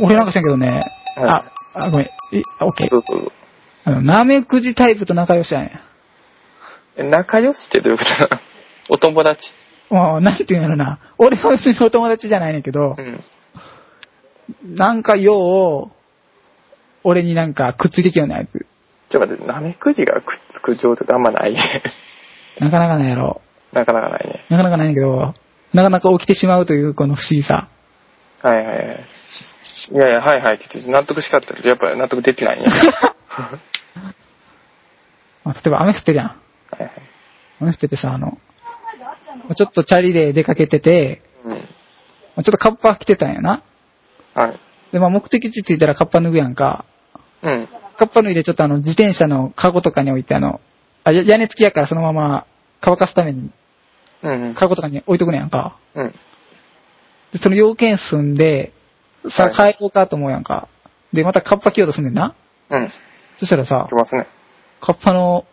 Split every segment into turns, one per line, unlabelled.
俺なんかしたけどね、
は
あ、あ、ごめん、え、あオッケ
い。
ー
そうそうそう。
あの。なめくじタイプと仲良しやんや。
え仲良しってどういうこと なのお友達。
もう、なんていうんやろな。俺は別にお友達じゃないねんけど
う、ん。
なんかよう、俺になんかくっついてきようなやつ。
ちょっと待って、なめくじがくっつく状態ってあんまないね。
なかなかないやろ。
なかなかないね。
なかなかないんやけど、なかなか起きてしまうというこの不思議さ。
はいはいはい。いやいや、はいはいって言って、納得しかったけど、やっぱ納得でき ないね。は
まあ、例えば雨降ってるやん。
いはい。
雨降っててさ、あの、ちょっとチャリで出かけてて、
うん。
まあちょっとカッパ着てたんやな。
はい。
で、まあ、目的地着いたらカッパ脱ぐやんか。
うん。
カッパ脱いでちょっとあの、自転車のカゴとかに置いてあの、あ、や屋根付きやからそのまま乾かすために、
うん。
カゴとかに置いとくねやんか。
うん。
で、その要件済んで、さあ
は
帰ろうかと思うやんか。で、またカッパ着ようとすんねんな。
うん。
そしたらさ
き、ますね。
カッパの、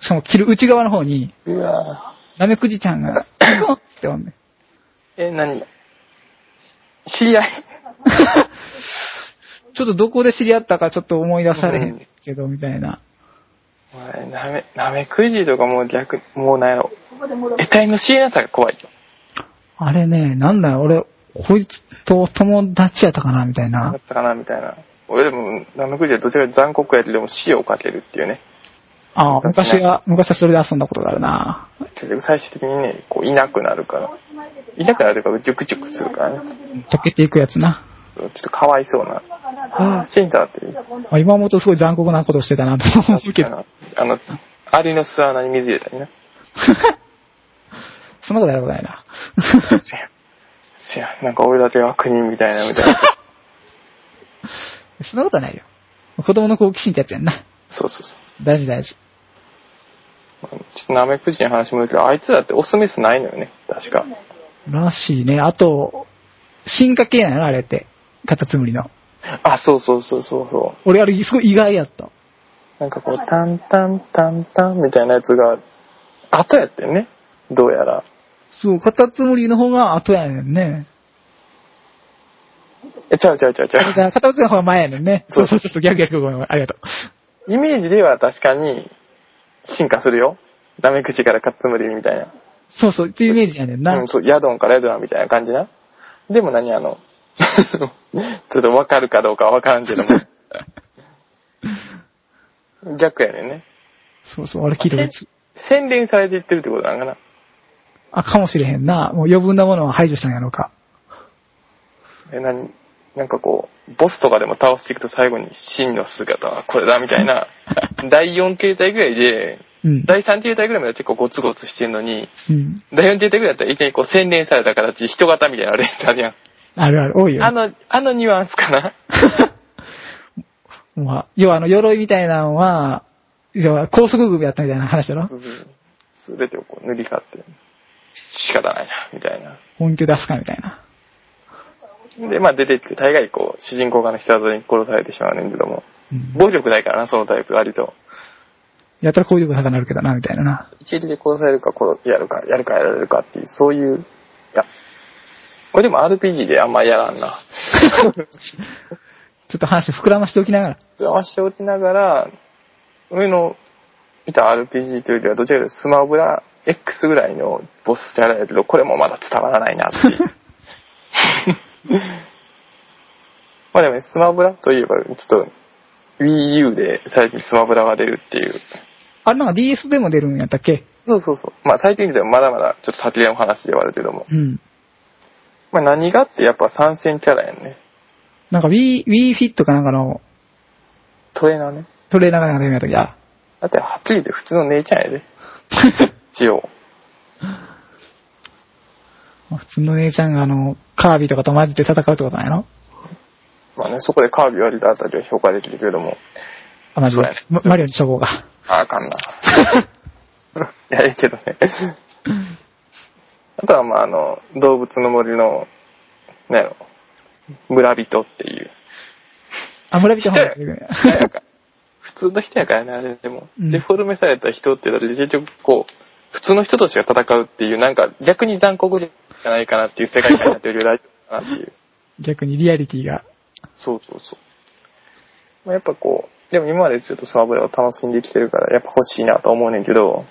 しかも着る内側の方に、
うわ
ナメクジちゃんが、コンっておんねん。
え、何知り合い
ちょっとどこで知り合ったかちょっと思い出されへんけど、みたいな。
お前、なめ、なめくじとかもう逆、もうなんやろ。得体の知れなさが怖いよ。
あれね、なんだよ、俺、こいつと友達やったかな、みたい
だ
な
っ。たかなみたいな。俺でも、なめくじはどちらかというと残酷やけど、でも死をかけるっていうね。
ああ、昔は、昔はそれで遊んだことがあるな。
結局最終的にね、こう、いなくなるから。いなくなるというか、ジュクジュクするからね。
溶けていくやつな。
そうちょっとかわいそうな。
あ
死んだっていう。
あ今思うとすごい残酷なことしてたなと思うけ
あ
ど。
の、あの、アリの巣穴に水入れた りな。
そんなことやったことないな。
せや、せや、なんか俺だけ悪人みたいな、みた いな。
そんなことはないよ。子供の好奇心ってやつやんな。
そうそうそう。
大事大事。
ちょっとナメクジの話もるけど、あいつらってオスメスないのよね、確か。
らしいね。あと、進化系なのあれって。カタツムリの。
あ、そうそうそうそうそ
俺、あれ、すごい意外やった。
う。なんかこう、タンタンタンタンみたいなやつが、後やってんね。どうやら。
そう、カタツムリの方が後やねんね。
え、ちゃうちゃうちゃうち
だか
ゃう。
ら、カタツムリの方が前やねんね。そうそうそう、逆逆ごめんごめん。ありがとう。
イメージでは確かに、進化するよ。ナメクジからカタツムリみたい
そうそう、っていうイメージやねん
な。
な。
うん、そう、ヤドンからヤドラみたいな感じな。でも何あの、 ちょっとわかるかどうかはわからんけど も。逆やねんね。
そうそう、俺聞いたこと
洗練されていってるってことなんかな。
あ、かもしれへんな。もう余分なものは排除したんやろうか。
え、なに、なんかこう、ボスとかでも倒していくと最後に真の姿はこれだみたいな、第4形態ぐらいで、
うん。
第3形態ぐらいまでは結構ゴツゴツしてんのに、
うん。
第4形態ぐらいだったら一気にこう洗練された形、人型みたいなレースあるやん。
あるある、多いよ
あ。の、あのニュアンスかな。
まあ、要はあの、鎧みたいなのは、要は高速組やったみたいな話だろ。
すべてをこう塗り替わって、仕方ないな、みたいな。
本気を出すかみたいな。
で、まあ出てきて、大概こう、主人公がの人技に殺されてしまうねんけども、
うん。
暴力ないからな、そのタイプ、割と。
やったらこういうことなくなるけどな、みたいなな。
一撃で殺されるか殺やるかやるかやられるかっていうそういういやこれでも RPG であんまやらん な
ちょっと話膨らましておきながら。
合しておきながら俺の見た RPG というよりはどちらかというとスマブラ X ぐらいのボスキャラやけどこれもまだ伝わらないなっていう まあでもねスマブラといえばちょっと WiiU で最近スマブラが出るっていう
あれなんか DS でも出るんやったっけ
そうそうそうまあ最近でもまだまだちょっと先の話ではあるけども
うん。
まあ、何がってやっぱ参戦キャラやんね。
なんか Wii、Wii Fit かなんかの
トレーナーね。
トレーナーがなんか出るんやったっけあ
だってはっきり言って普通の姉ちゃんやで。一応。
まあ普通の姉ちゃんがあの、カービィとかと混じって戦うってことなんやろ
まあね、そこでカービィ割れたあたりは評価できるけども。
あ、マジ
そう
で
やね。
まマリオにしとこうか。
ああかんな。 いや、いいけどね。あとはまああの、動物の森の、なんやろ、村人っていう。
あ、村人の方が出てくるんや。
なん やか普通の人やからね、あれでも。
うん
デフォルメされた人ってだって結局こう、普通の人として戦うっていう、なんか逆に残酷じゃないかなっていう世界観になってるよりは大丈夫かなっていう。
逆にリアリティが。
そうそうそう。まあ、やっぱこう、でも今までずっとスマブラを楽しんできてるから、やっぱ欲しいなと思うねんけど、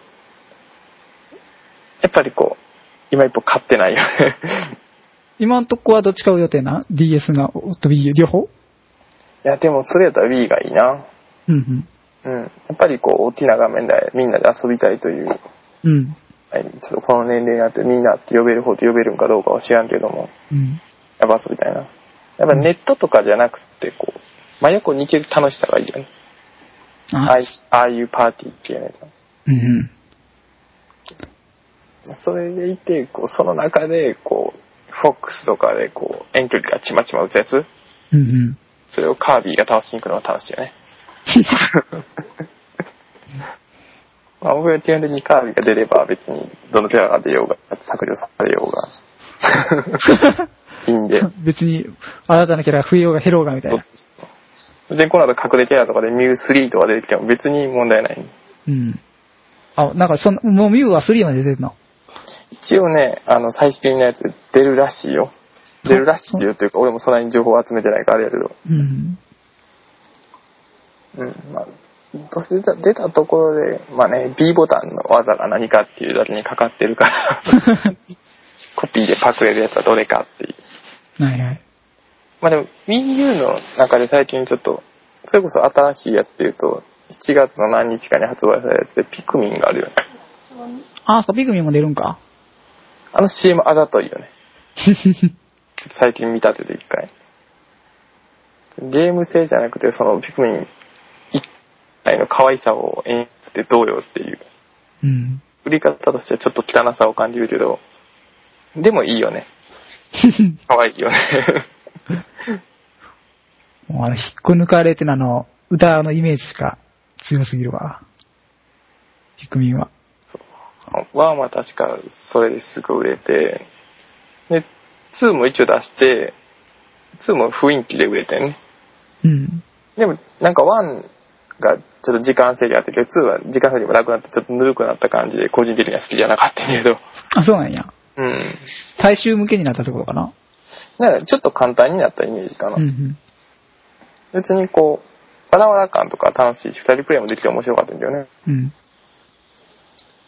やっぱりこう、今一歩買ってないよ ね。
今んとこはどっち買う予定な ?DS な、おっと Wii U 両方
いや、でもそれやったら Wii がいいな。
うん
うん。やっぱりこう、大きな画面でみんなで遊びたいという、
うん。うん。
はいちょっとこの年齢になってみんなって呼べる方と呼べるんかどうかは知らんけども、
うん。
やっぱ遊びたいな。やっぱネットとかじゃなくて、こう、真横に行ける楽しさがいいよね。あ
あ
あいああいうパーティーっていうやつは。
うんうん。
それでいて、こう、その中で、こう、フォックスとかで、こう、遠距離がちまちま打つやつ、
うんうん。
それをカービィが倒しに行くのが楽しいよね。まあ、僕は基本的にカービィが出れば別に、どのペアが出ようが、削除されようが、いいんで。そう
別に、新たなキャラが増えようが減ろうがみたい
そう
な。
そう。で、この後隠れキャラとかでミュー3とか出てきても別に問題ない。
うん。あ、なんかその、もうミュウは3まで出てんの
一応ね、あの、最終的なやつで出るらしいよ。出るらしいよというか、俺もそんなに情報を集めてないからあれやけど。
うん。
うん、まあ、どうせ出た出たところで、まあね、B ボタンの技が何かっていうだけにかかって るから、コピーでパクれるやつはどれかっていう。
はいはい。
まあでも、Wii U の中で最近ちょっと、それこそ新しいやつで言うと、7月の何日かに発売されて、ピクミンがあるよね。
あ、そう、ビグミも出るん か
あの CM あざといよね。最近見立てて一回。ゲーム性じゃなくて、そのピクミン一体の可愛さを演出してどうよっていう。
うん。
売り方としてはちょっと汚さを感じるけど、でもいいよね。可愛いよね。
もうあの、引っこ抜かれてのあの、歌のイメージしか強すぎるわ。ピクミンは。
ワンは確かそれですぐ売れて、で、2も一応出して、2も雰囲気で売れてんね。
うん。
でも、なんか1がちょっと時間制限あってけど、2は時間制限もなくなってちょっとぬるくなった感じで、個人的には好きじゃなかったんやけど。
あ、そうなんや。
うん。
大衆向けになったってことかな。
だからちょっと簡単になったイメージかな。
うんうん。
別にこう、バラバラ感とか楽しいし、二人プレイもできて面白かったんだよね。
うん。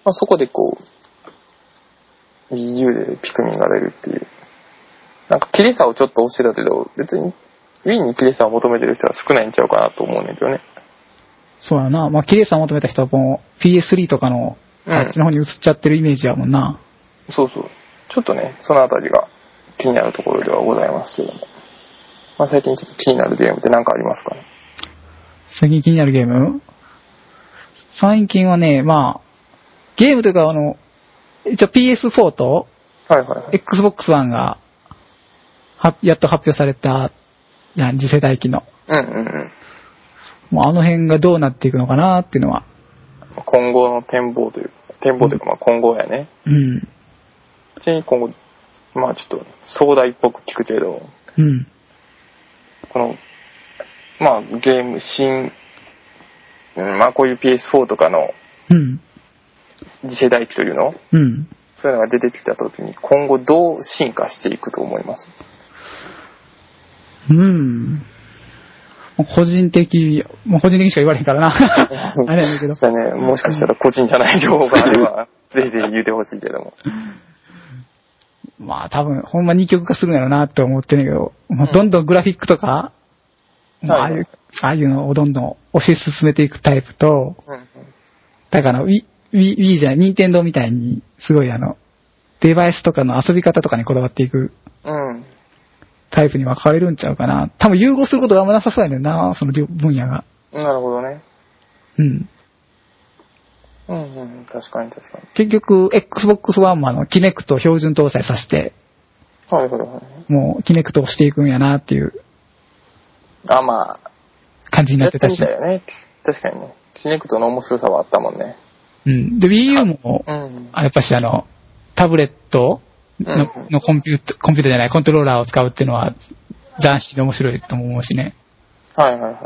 まあ、そこでこう、Wii U でピクミンが出るっていう。なんか、綺麗さをちょっと押してたけど、別に Wii に綺麗さを求めてる人は少ないんちゃうかなと思うねんけどね。
そうやな。まあ、綺麗さを求めた人はもう PS3 とかの、
うん
あっちの方に移っちゃってるイメージやもんな。
そうそう。ちょっとね、そのあたりが気になるところではございますけども。まあ、最近ちょっと気になるゲームって何かありますかね
最近気になるゲーム最近はね、まあ、ゲームというかあの、一応 PS4 と
はいはいはい。
Xbox One が、は、やっと発表された、やん、次世代機の。
うんうんうん。
もうあの辺がどうなっていくのかなっていうのは。
今後の展望というか、展望というかまあ今後やね。
うん。
ちなみに今後、まあちょっと壮大っぽく聞くけど、
うん。
この、まあ、ゲーム、新、うんまあ、こういう PS4 とかの
うん。
次世代機というの
うん。
そういうのが出てきた時に、今後どう進化していくと思います
うん。個人的、もう個人的にしか言われへんからな。あれなんだけど。
そうやね、もしかしたら個人じゃない情報があ れば、ぜひぜひ言ってほしいけども。
まあ多分、ほんま二極化するんやろうなって思ってんねんけど、まあ、どんどんグラフィックとか、まあああいう、ああいうのをどんどん推し進めていくタイプと、
うん
だから Wii、Wii Wii じゃない、任天堂みたいに、すごいあの、デバイスとかの遊び方とかにこだわっていく
うん。うん。
タイプに分かれるんちゃうかな。多分融合することがあんまなさそうやねんな、その両分野が。
なるほどね。
うん。
うんうん。確かに確かに。
結局、Xbox One もあの、キネクトを標準搭載させて、
はいはいはい。
もう、キネクトをしていくんやなっていう
あ、まあ、
感じにな
や
っ
って
た
てみ
し。
たよね。確かにね。キネクトの面白さはあったもんね。
うん。で、Wii U も、
うん。
あやっぱしあの、タブレット
うん
ののコンピュータ、コンピュータじゃない、コントローラーを使うっていうのは、斬新で面白いとも思うしね。
はいはいはい。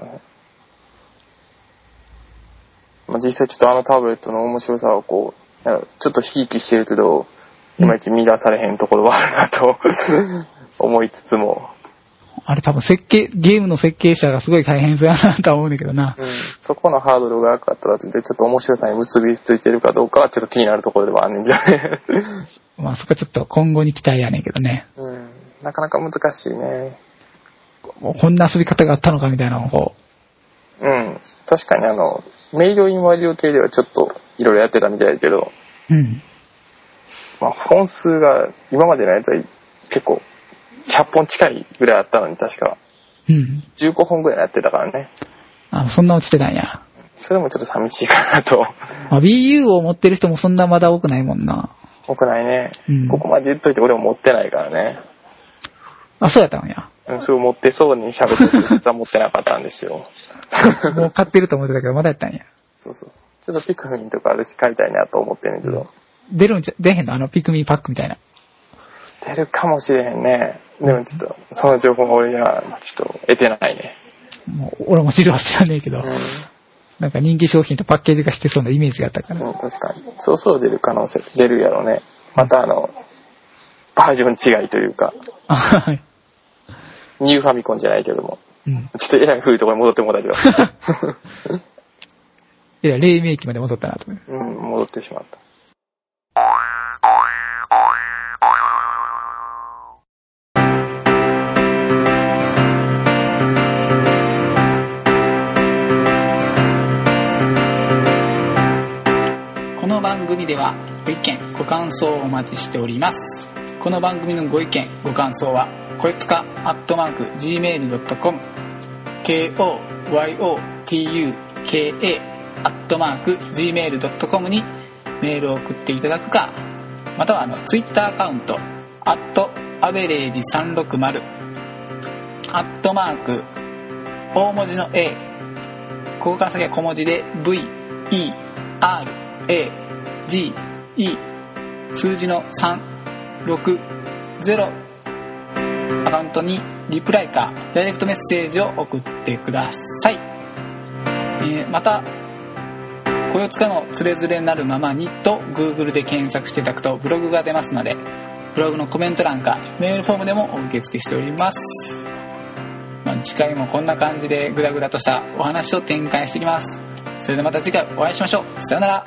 まあ、実際ちょっとあのタブレットの面白さをこう、なんかちょっとひいきしてるけ ど、いまいち見出されへんところはあるなと思いつつも、
あれ多分設計、ゲームの設計者がすごい大変そうやなとは思うんだけどな。
うん、そこのハードルが上がったらで、ちょっと面白さに結びついてるかどうかはちょっと気になるところではあんねんじゃね。
まあそこはちょっと今後に期待やねんけどね。
うん、 なかなか難しいね。
こんな遊び方があったのかみたいなのをこ
うん、確かにあの、メイドインワリオ系ではちょっといろいろやってたみたいだけど、
う。うん。
まあ、本数が今までのやつは結構100本近いぐらいあったのに確か
うん。
15本ぐらいやってたからね。
あ、そんな落ちてたんや。
それもちょっと寂しいかなと。
まあ、Wii U を持ってる人もそんなまだ多くないもんな。
多くないね、
うん
ここまで言っといて俺も持ってないからね。
あ、そうやったんや。
うん、それを持ってそうに喋ってて、実は持ってなかったんで すよ。
もう買ってると思ってたけど、まだやったんや。
そうそう。ちょっとピクミンとかあるし買いたいなと思ってんねんけど、
出るんじゃ、出へんのあの、ピクミンパックみたいな。
出るかもしれへんね。でもちょっと、その情報が俺にはちょっと得てないね。
もう、俺も知るは知らねえけど、
う
なんか人気商品とパッケージ化してそうなイメージがあったから。
ん。うん、確かに。そうそう出る可能性、出るやろね。またあの、バージョン違いというか、
あ、はい。
ニューファミコンじゃないけども、
うん。
ちょっとえらい古いところに戻ってもらえれば。
いや、黎明期まで戻ったなと思う。
うん、戻ってしまった。
この番組ではご意見ご感想をお待ちしておりますこの番組のご意見ご感想はこいつかアットマーク gmail.com k-o-y-o-t-u-k-a アットマーク gmail.com にメールを送っていただくかまたはあのツイッターアカウントアットアベレージ360アットマーク大文字の A ここから先は小文字で V E R A G E 数字の360アカウントにリプライかダイレクトメッセージを送ってください、えーまた「こよつかのつれづれになるままに」と Google で検索していただくとブログが出ますのでブログのコメント欄かメールフォームでもお受け付けしております、まあ、次回もこんな感じでグダグダとしたお話を展開していきますそれではまた次回お会いしましょうさようなら